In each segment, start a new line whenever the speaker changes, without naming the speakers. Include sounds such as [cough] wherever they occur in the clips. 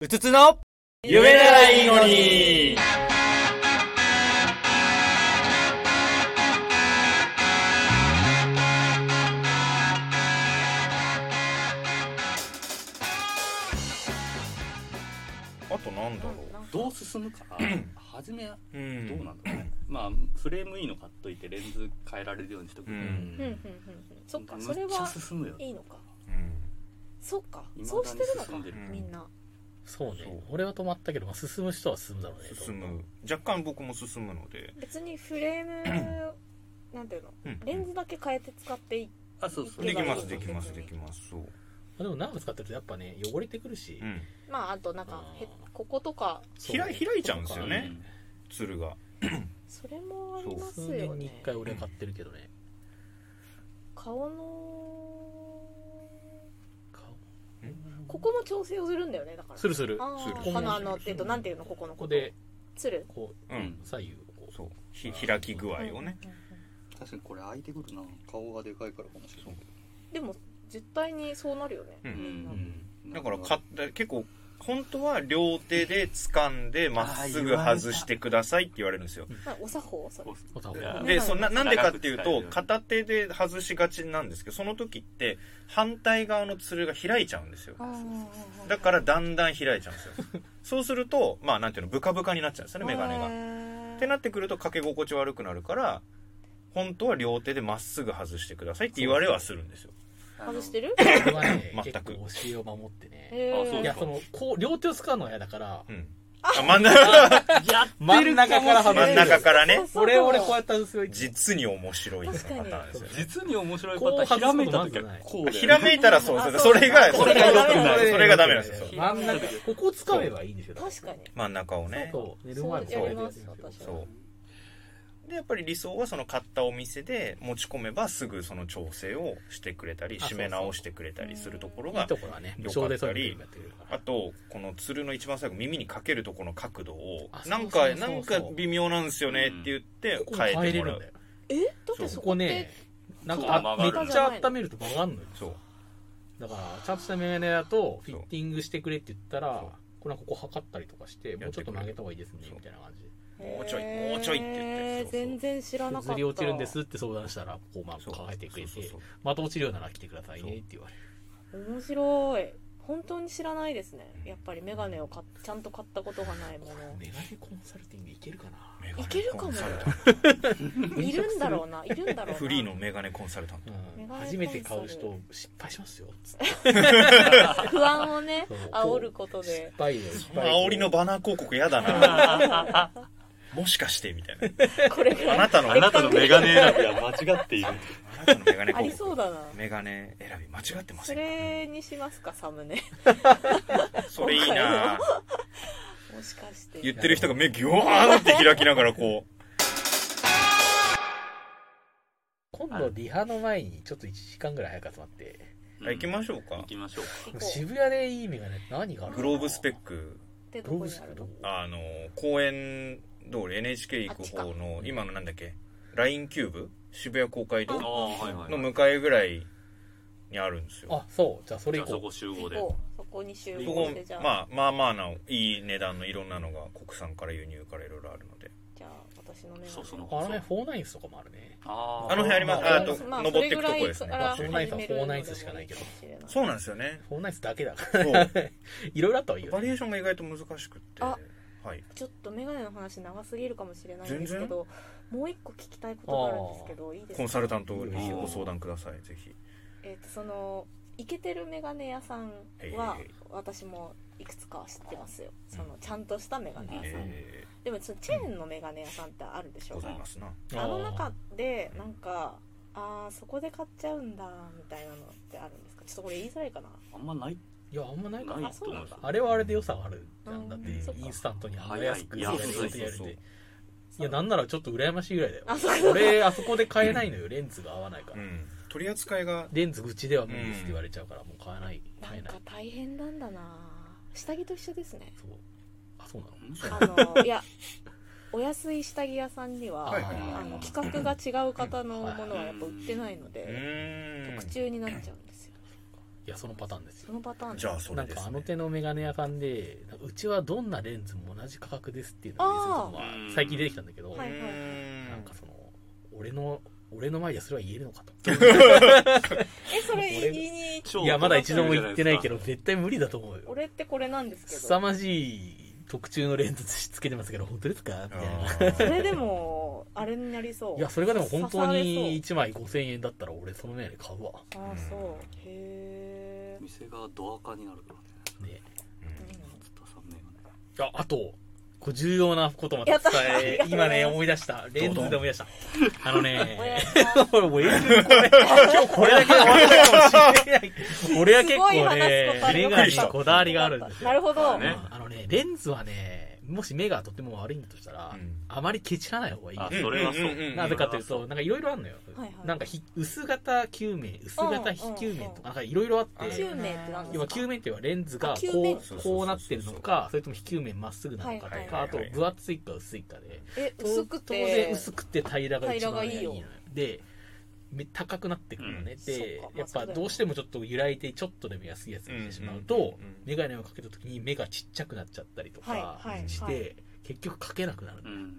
うつつの
夢ならいいのに
あとなんだろ
どう
[clears throat]
進むか初めは
うう
どうなんんだろうね、まあフレームいいの買っといてレンズ変えられるようにしとく、
う
うんんうんうんそっかそれ
めっちゃ
は
進むよ
いいのか
うん
そっか
未
そうしてるの
だに進んで
か
る
うん
みんな
そうね
そう
俺は止まったけど、まあ、進む人は進むだろうね
進む若干僕も進むので
別にフレー
[clears throat]
ムなんていうの
うん
レンズだけ変えて使っていい
あそうそう
できます
いい
で
の
きますできますそう
まあ、でも長く使ってるとやっぱね汚れてくるし、
うん
まああとなんか
あー
へこことか
そう
開い開いちゃうんですよね
うん
つるが
それもありま
数
すよ
年に
ね
1回俺は買ってるけどね
顔の
買
ここも調整をするんだよねだから
うするするこ
あ
する
ーこのあのえっとなんていうのここの
こで
つる
こ
う
うんん
う左右をこう
そうひ開き具合をね
うんうんうん
確かにこれ開いてくるな顔がでかいからかもしれない
でも絶対にそうなるよね
う
うん
だから買った結構本当は両手で掴んでまっすぐ外してくださいって言われるんですよ
まあお作法それ
こう
おたお
いや
た
ね
でそんななんでかっていうと
長く使える
片手で外しがちなんですけどその時って反対側のつるが開いちゃうんですよだからだんだん開いちゃうんですよそうするとまあなんていうのブカブカになっちゃうんですよねメガネが
が
ってなってくると掛け心地悪くなるから本当は両手でまっすぐ外してくださいって言われはするんですよ
あの
外してる
俺はね
[laughs] 全
結
く
構教えを守ってね
へー
あそう
いやそのこう両手を使うのは嫌だから
うんあ真ん中
真ん中から
真
真
外
ん
れる
中からね
そう
俺俺こうやったんですよ
実に面白いパターンですよね
実に面白い
こう
方
外
ひ
すこと
ら
ま
め
ず
い
な
た
い
時はこうだよね
ひらめいたらそうするそれが
あそ
そう
だ
れが良くない
そ
それがダメなんですよそう
真ん中ここを使えばいいんですよだら
確かに
真ん中をね
そう寝る前も
そうや
れ
り
で
ます
やるんです
私
よ
は
そうでやっぱり理想はその買ったお店で持ち込めばすぐその調整をしてくれたり
あそうそ
締
う
め直してくれたりするところ
いい
が
ところ [laughs] はね
よかったり
無償でそういうのやってくれるか
あ
ら
とこのつるの一番最後耳にかけるとこの角度を
あ
なんか
そうそう
な
そ
ん
うそう
か微妙なんですよねって言って
ここ
変
変
え
え
ても
れ
ら
るん
う
だよ
えだってそ
そ
こ
こ
って
ねなん
そう
か
曲が
めっ
る
ちゃ温めると曲がんのよ
そう
だからちゃんとしたメガネだとフィッティングしてくれって言ったら
そう
これはここ測ったりとかして
てくれる
もうちょっと曲げた方がいいですね
そう
みたいな感じで
もうちょいもうちょいって言って
へ
そう
ー
そう
全然知らなかった
ずり落ちるんですって相談したらこうまあ考えてくれ
そう
て
そう
また落ちるようなら来てくださいねって言われる
面白い本当に知らないですねやっぱりメガネを買っちゃんと買ったことがないも
こ
の
[laughs]
れメガネコンサルティングいけるかな
メガネ
いけるか
コ
も
ンサルタン
いるんだろうないるんだろう
ト
な
フリーのメガネコンサルタント
う
メ
ん
ガネコンサル
初めて買う人失敗しますよつって
不安をね
そう
煽ることで
失敗よ失
その
敗
煽りのバナー広告やだな
[laughs]
もしかしてみたいな
これぐ
[laughs] あ
らい
なたの
あなたのメガネ選びは間違っている
あなたのメガネ
あり
広
そう
告
だ
[laughs]
な
メガネ選び間違ってませ
そ
んか
れにしますかサムネ
それいいな
もしかして
言ってる人が目ギョーンって開きながらこう
今度リハの前にちょっと1時間ぐらい早く集まって
あ行きましょう
行
か
きましょうか
こう
渋谷でいいメガネって何がある
グローブスペック
って
グ
どこ
ローブ
に
ス
あ
ペ
る
ッ
の
ク
あの公園通り NHK 行く方の今のなんだっけ LINE キューブ渋谷公会
あ
堂
あはいはい
の向かいぐらいにあるんですよ
あそうじゃあそ
じ
れ
ゃ
行
あそこ
こ
集合
行
で
こうそこに集
こ
合
こ
してじゃあ、
まあまあまあないい値段のいろんなのが国産から輸入からいろいろあるので
じゃあ私のメガネ
そうその
うあのねフォーナインスとかもあるね
あ
あの辺あります
まあ
あと
まあ
登っていくとこですね
それぐらいから
途中
フォー
に
ナインスはフォーナインスしかないけど
そうなんですよね
フォーナインスだけだから [laughs]
そう
いろいろあった方がいいよ
バリエ
ね
ーションが意外と難しくって
あ
はい
ちょっとメガネの話長すぎるかもしれないんですけどもう一個聞きたいことがあるんですけどいいですか
コンサルタントにご相談くださいぜひ
えっ、とそのイケてるメガネ屋さん
へいへい
は
へい
私もいくつかは知ってますよそのちゃんとしたメガネ屋さん、
え
でもそのチェーンのメガネ屋さんってあるでし
ー
ょ
ございますな
あの中でなんかああそこで買っちゃうんだみたいなのってあるんですかちょっとこれ言いづらいかな
あんまない
いやあんまないか
ないと思う
あれはあれで良さがあるじゃ
うん
んだって
そっか
インスタントにあの
早い
安くやれる
安い
やれ
そうそう
ていやなんならちょっと羨ましいぐらいだよ
あそうか
俺あそこで買えないの
[laughs]
よレンズが合わないか
う
ら
ん取り扱いが
レンズ口では無理ですって言われちゃうからもう買えない買
な
え
ん
ない
か大変なんだな下着と一緒ですね
そうあそうなの
あのいやお安い下着屋さんには、
はい
はいはい
あの規格が違う方のものはやっぱ売ってないの
う
で、
ー
特
ん
注になっちゃうんですよ
いやそのパターンです
そ
よ
のパターン
じゃあそ
な
れ
ん
で
かあ
す
の
ね
手のメガネ屋さんでなんうちはどんなレンズも同じ価格ですっていうのがリーズさんは
あー
最近出てきたんだけど、
はいはい
なんかその俺の俺の前でそれは言えるのかと
えそれ言いに
超
いやまだ一度も
怒ら
言っ
れ
て
る
ない
じ
け
ゃ
ど絶対無理だと思うよ
俺ってこれなんですけ
凄
ど
まじい特注のレンズつけてますけど本当ですかみたいな
それでもあれになりそう
い
い
やそれがでも本当に1枚5000円だったら俺その眼鏡買うわ
ああそうへえ
店がドア化になるからね
ね
松田さんね
ああとこう重要なことまで伝え
やった
今ね思い出したレンズで思い出した
[laughs]
あのね
お願いし
俺もう永久にこれ今日これだけで終わったかもしれない俺は結構ね眼鏡にこだわりがあるんですよ
なるほど、
ね
あのねレンズはねもし目がとても悪いんだとしたら、
うん
あまりケチらない方がいい
あそれはそうん
んんん
なぜかというと、なんかいろいろあるのよ。
はいはい
なんかひ薄型球面、薄型非球面とか、なんかいろいろあっ
うん
て、
球面って何です
今
か
球面っていうのはレンズが
あ球面
こ
そうそうそう
う、
そう
こうなってるのか、それとも非球面まっすぐなのかと
はい
か、
はい
あと
はい
分厚いか薄いかで、
え薄くて
当然薄くて平らが一
平らが
番
い
い
い
い
よ
のよ。で、め高くなってくるのね。
うん
で
そっ、か
や
まあ
っぱ
そうだよね
どうしてもちょっと揺らいでちょっとでも安いやつにしてしまう
うんうんうん
と
うん、
メガネをかけた時に目がちっちゃくなっちゃったりとか
はいはいはい
して、結局かけなくなる
う。ん
うん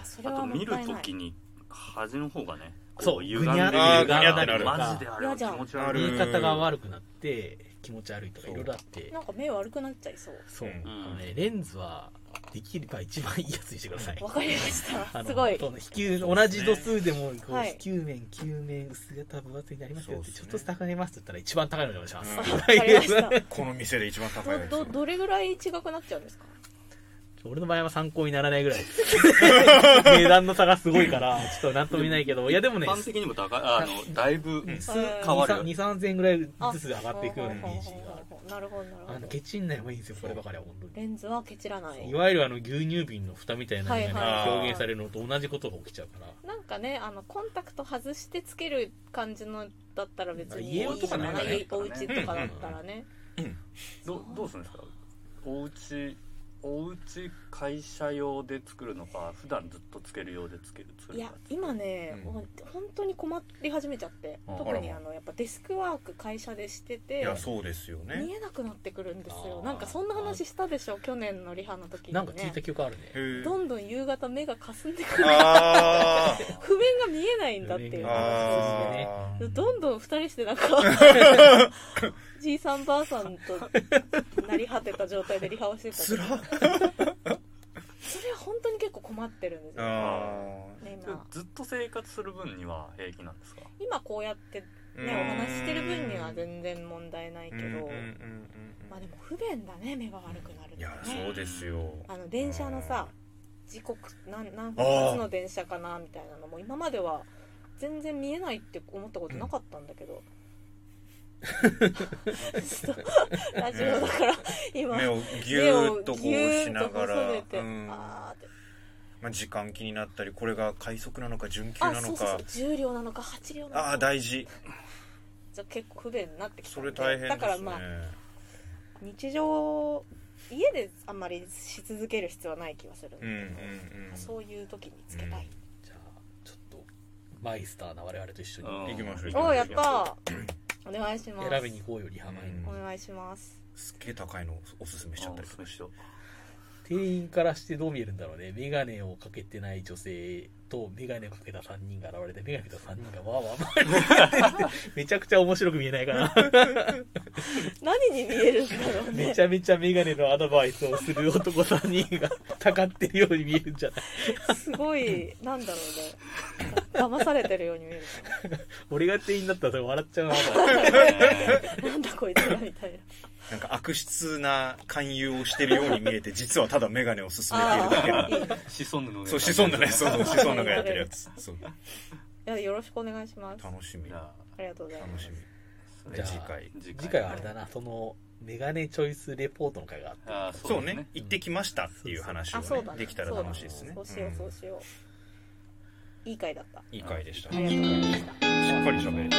あそれ
あ
は
と
もっ
見る
たい
と
ない
きに端の方がね
そう
こ歪んでる
ぐに
ゃ
マ
ぐにゃってなる
ジであれは気持ち悪い
嫌
言
じ
い
ゃん
方が悪くなって気持ち悪いとかいろいろあって
なんか目悪くなっちゃいそう
そう、
うん
あのねレンズはできれば一番いいやつにしてください
わかりまし
[laughs] あ
た
の
すごい
その飛球同じ度数でもこう、
はい
飛球面球面薄型分厚いになりますよって
そうっす
ち
ね
ょっと高めますって言ったら一番高いのでお願いします、
うん
[laughs] わかりました
この店で一番高いやつ
どどどれぐらい違くなっちゃうんですか
俺の場合は参考にならないぐらいです値段の差がすごいからちょっと何とも言えないけどいやでもね
一般的にも高いあのだいぶ
ん
変わるよ
23000円ぐらいずつ上がっていくようなイメージが
がなるほどなるほ
あるあの
ど
ケチんない方がいいんですよこればかりは本当に
レンズはケチらない
いわゆるあの牛乳瓶の蓋みたいなの
はい
は
が
い
表現されるのと同じことが起きちゃうから。
なんかねあのコンタクト外してつける感じのだったら別にいい
家とかなんかね
お家とかだったらね、
どどうするんですかおうちおうち会社用で作るのか普段ずっとつける用でつける作
い
る
や
か
今ね、
うん
ほん本当に困り始めちゃって
あ
特に
あら
あのやっぱデスクワーク会社でして
い
て
やそうですよね
見えなくなってくるんですよ
あー
なんかそんな話したでしょ去年のリハの時にね
なんか聞いた記憶あるね。
へえ
どんどん夕方目がかすんでくる
あ
譜面が見えないんだっていう
ー
譜面が
話で
あ
すどんどん二人してなんかじいさんばあさんとなり果てた状態でリハをしてたけ
つ
ど
ら
それは本当に結構困ってるんですよ、ね、
あ
今
ずっと生活する分には平気なんですか
今こうやってね
ー
お話ししてる分には全然問題ないけ
うんうんうん
ど
うん
まあでも不便だね目が悪くなる
いや
と
そ
ね
うですよ
あの電車のさ時刻何何
あー
分の電車かなみたいなのも今までは全然見えないって思ったことなかったんだけ
[laughs]
ど、ちょっとラジオだから
[laughs]
今
目をぎゅーっとこうしなが
目を
ら
ぎゅーっとこうそれて
うん
あーって
まあ、時間気になったりこれが快速なのか準急
あ
な
そ
の
うそうそ
か
う10両なのか8両なの
あ
か
あ大事
じゃあ結構不便になってきた
そ
んで
れ大変ですね
だからまあ日常家であんまりし続ける必要はない気はするんだけ
う
ど、
んうんうん
そういう時につけたい、
じゃあ、ちょっと、マイスターな我々と一緒に
うん
行きましょう
う
行きまし
ん
ょう
おおやったお願いします
選びに行こうよ、リハ前に
う。ん
お願いします
すっげえ高いのおすすめしちゃったりとか
しよ
店員からしてどう見えるんだろうね。メガネをかけてない女性と、メガネをかけた3人が現れて、メガネかけた3人がわーわーわーめちゃくちゃ面白く見えないから。
何に見えるんだろうね
めちゃめちゃメガネのアドバイスをする男3人が、たかってるように見えるんじゃない
すごいなんだろうね騙されてるように見える
俺が店員だったらそれ笑っちゃうな。
[laughs]
からなんだこいつらみたいな
なんか悪質な勧誘をしてるように見えて実はただ眼鏡を勧めているだけ
あ
な
ーいい
[laughs]
ね
子孫のね
そう子孫だねそうそう子孫がやってるや
[laughs]
つそう
いやよろしくお願いします
楽しみ
じゃあ
楽
ありがとうございます
しみ
そ
じ
れ
ゃあ
次回
次回はあれだな、その、メガネチョイスレポートの回があって。
あー
そ
そううです
ね
ね
行ってきましたっていう話を
あそう
ね
だね
できたら楽しいですね
そうだそうしようそうしよういい回だった
いい回でした
あ
しっ
りがとうございました
かり喋れた
風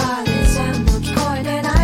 あれ全部聞こえてない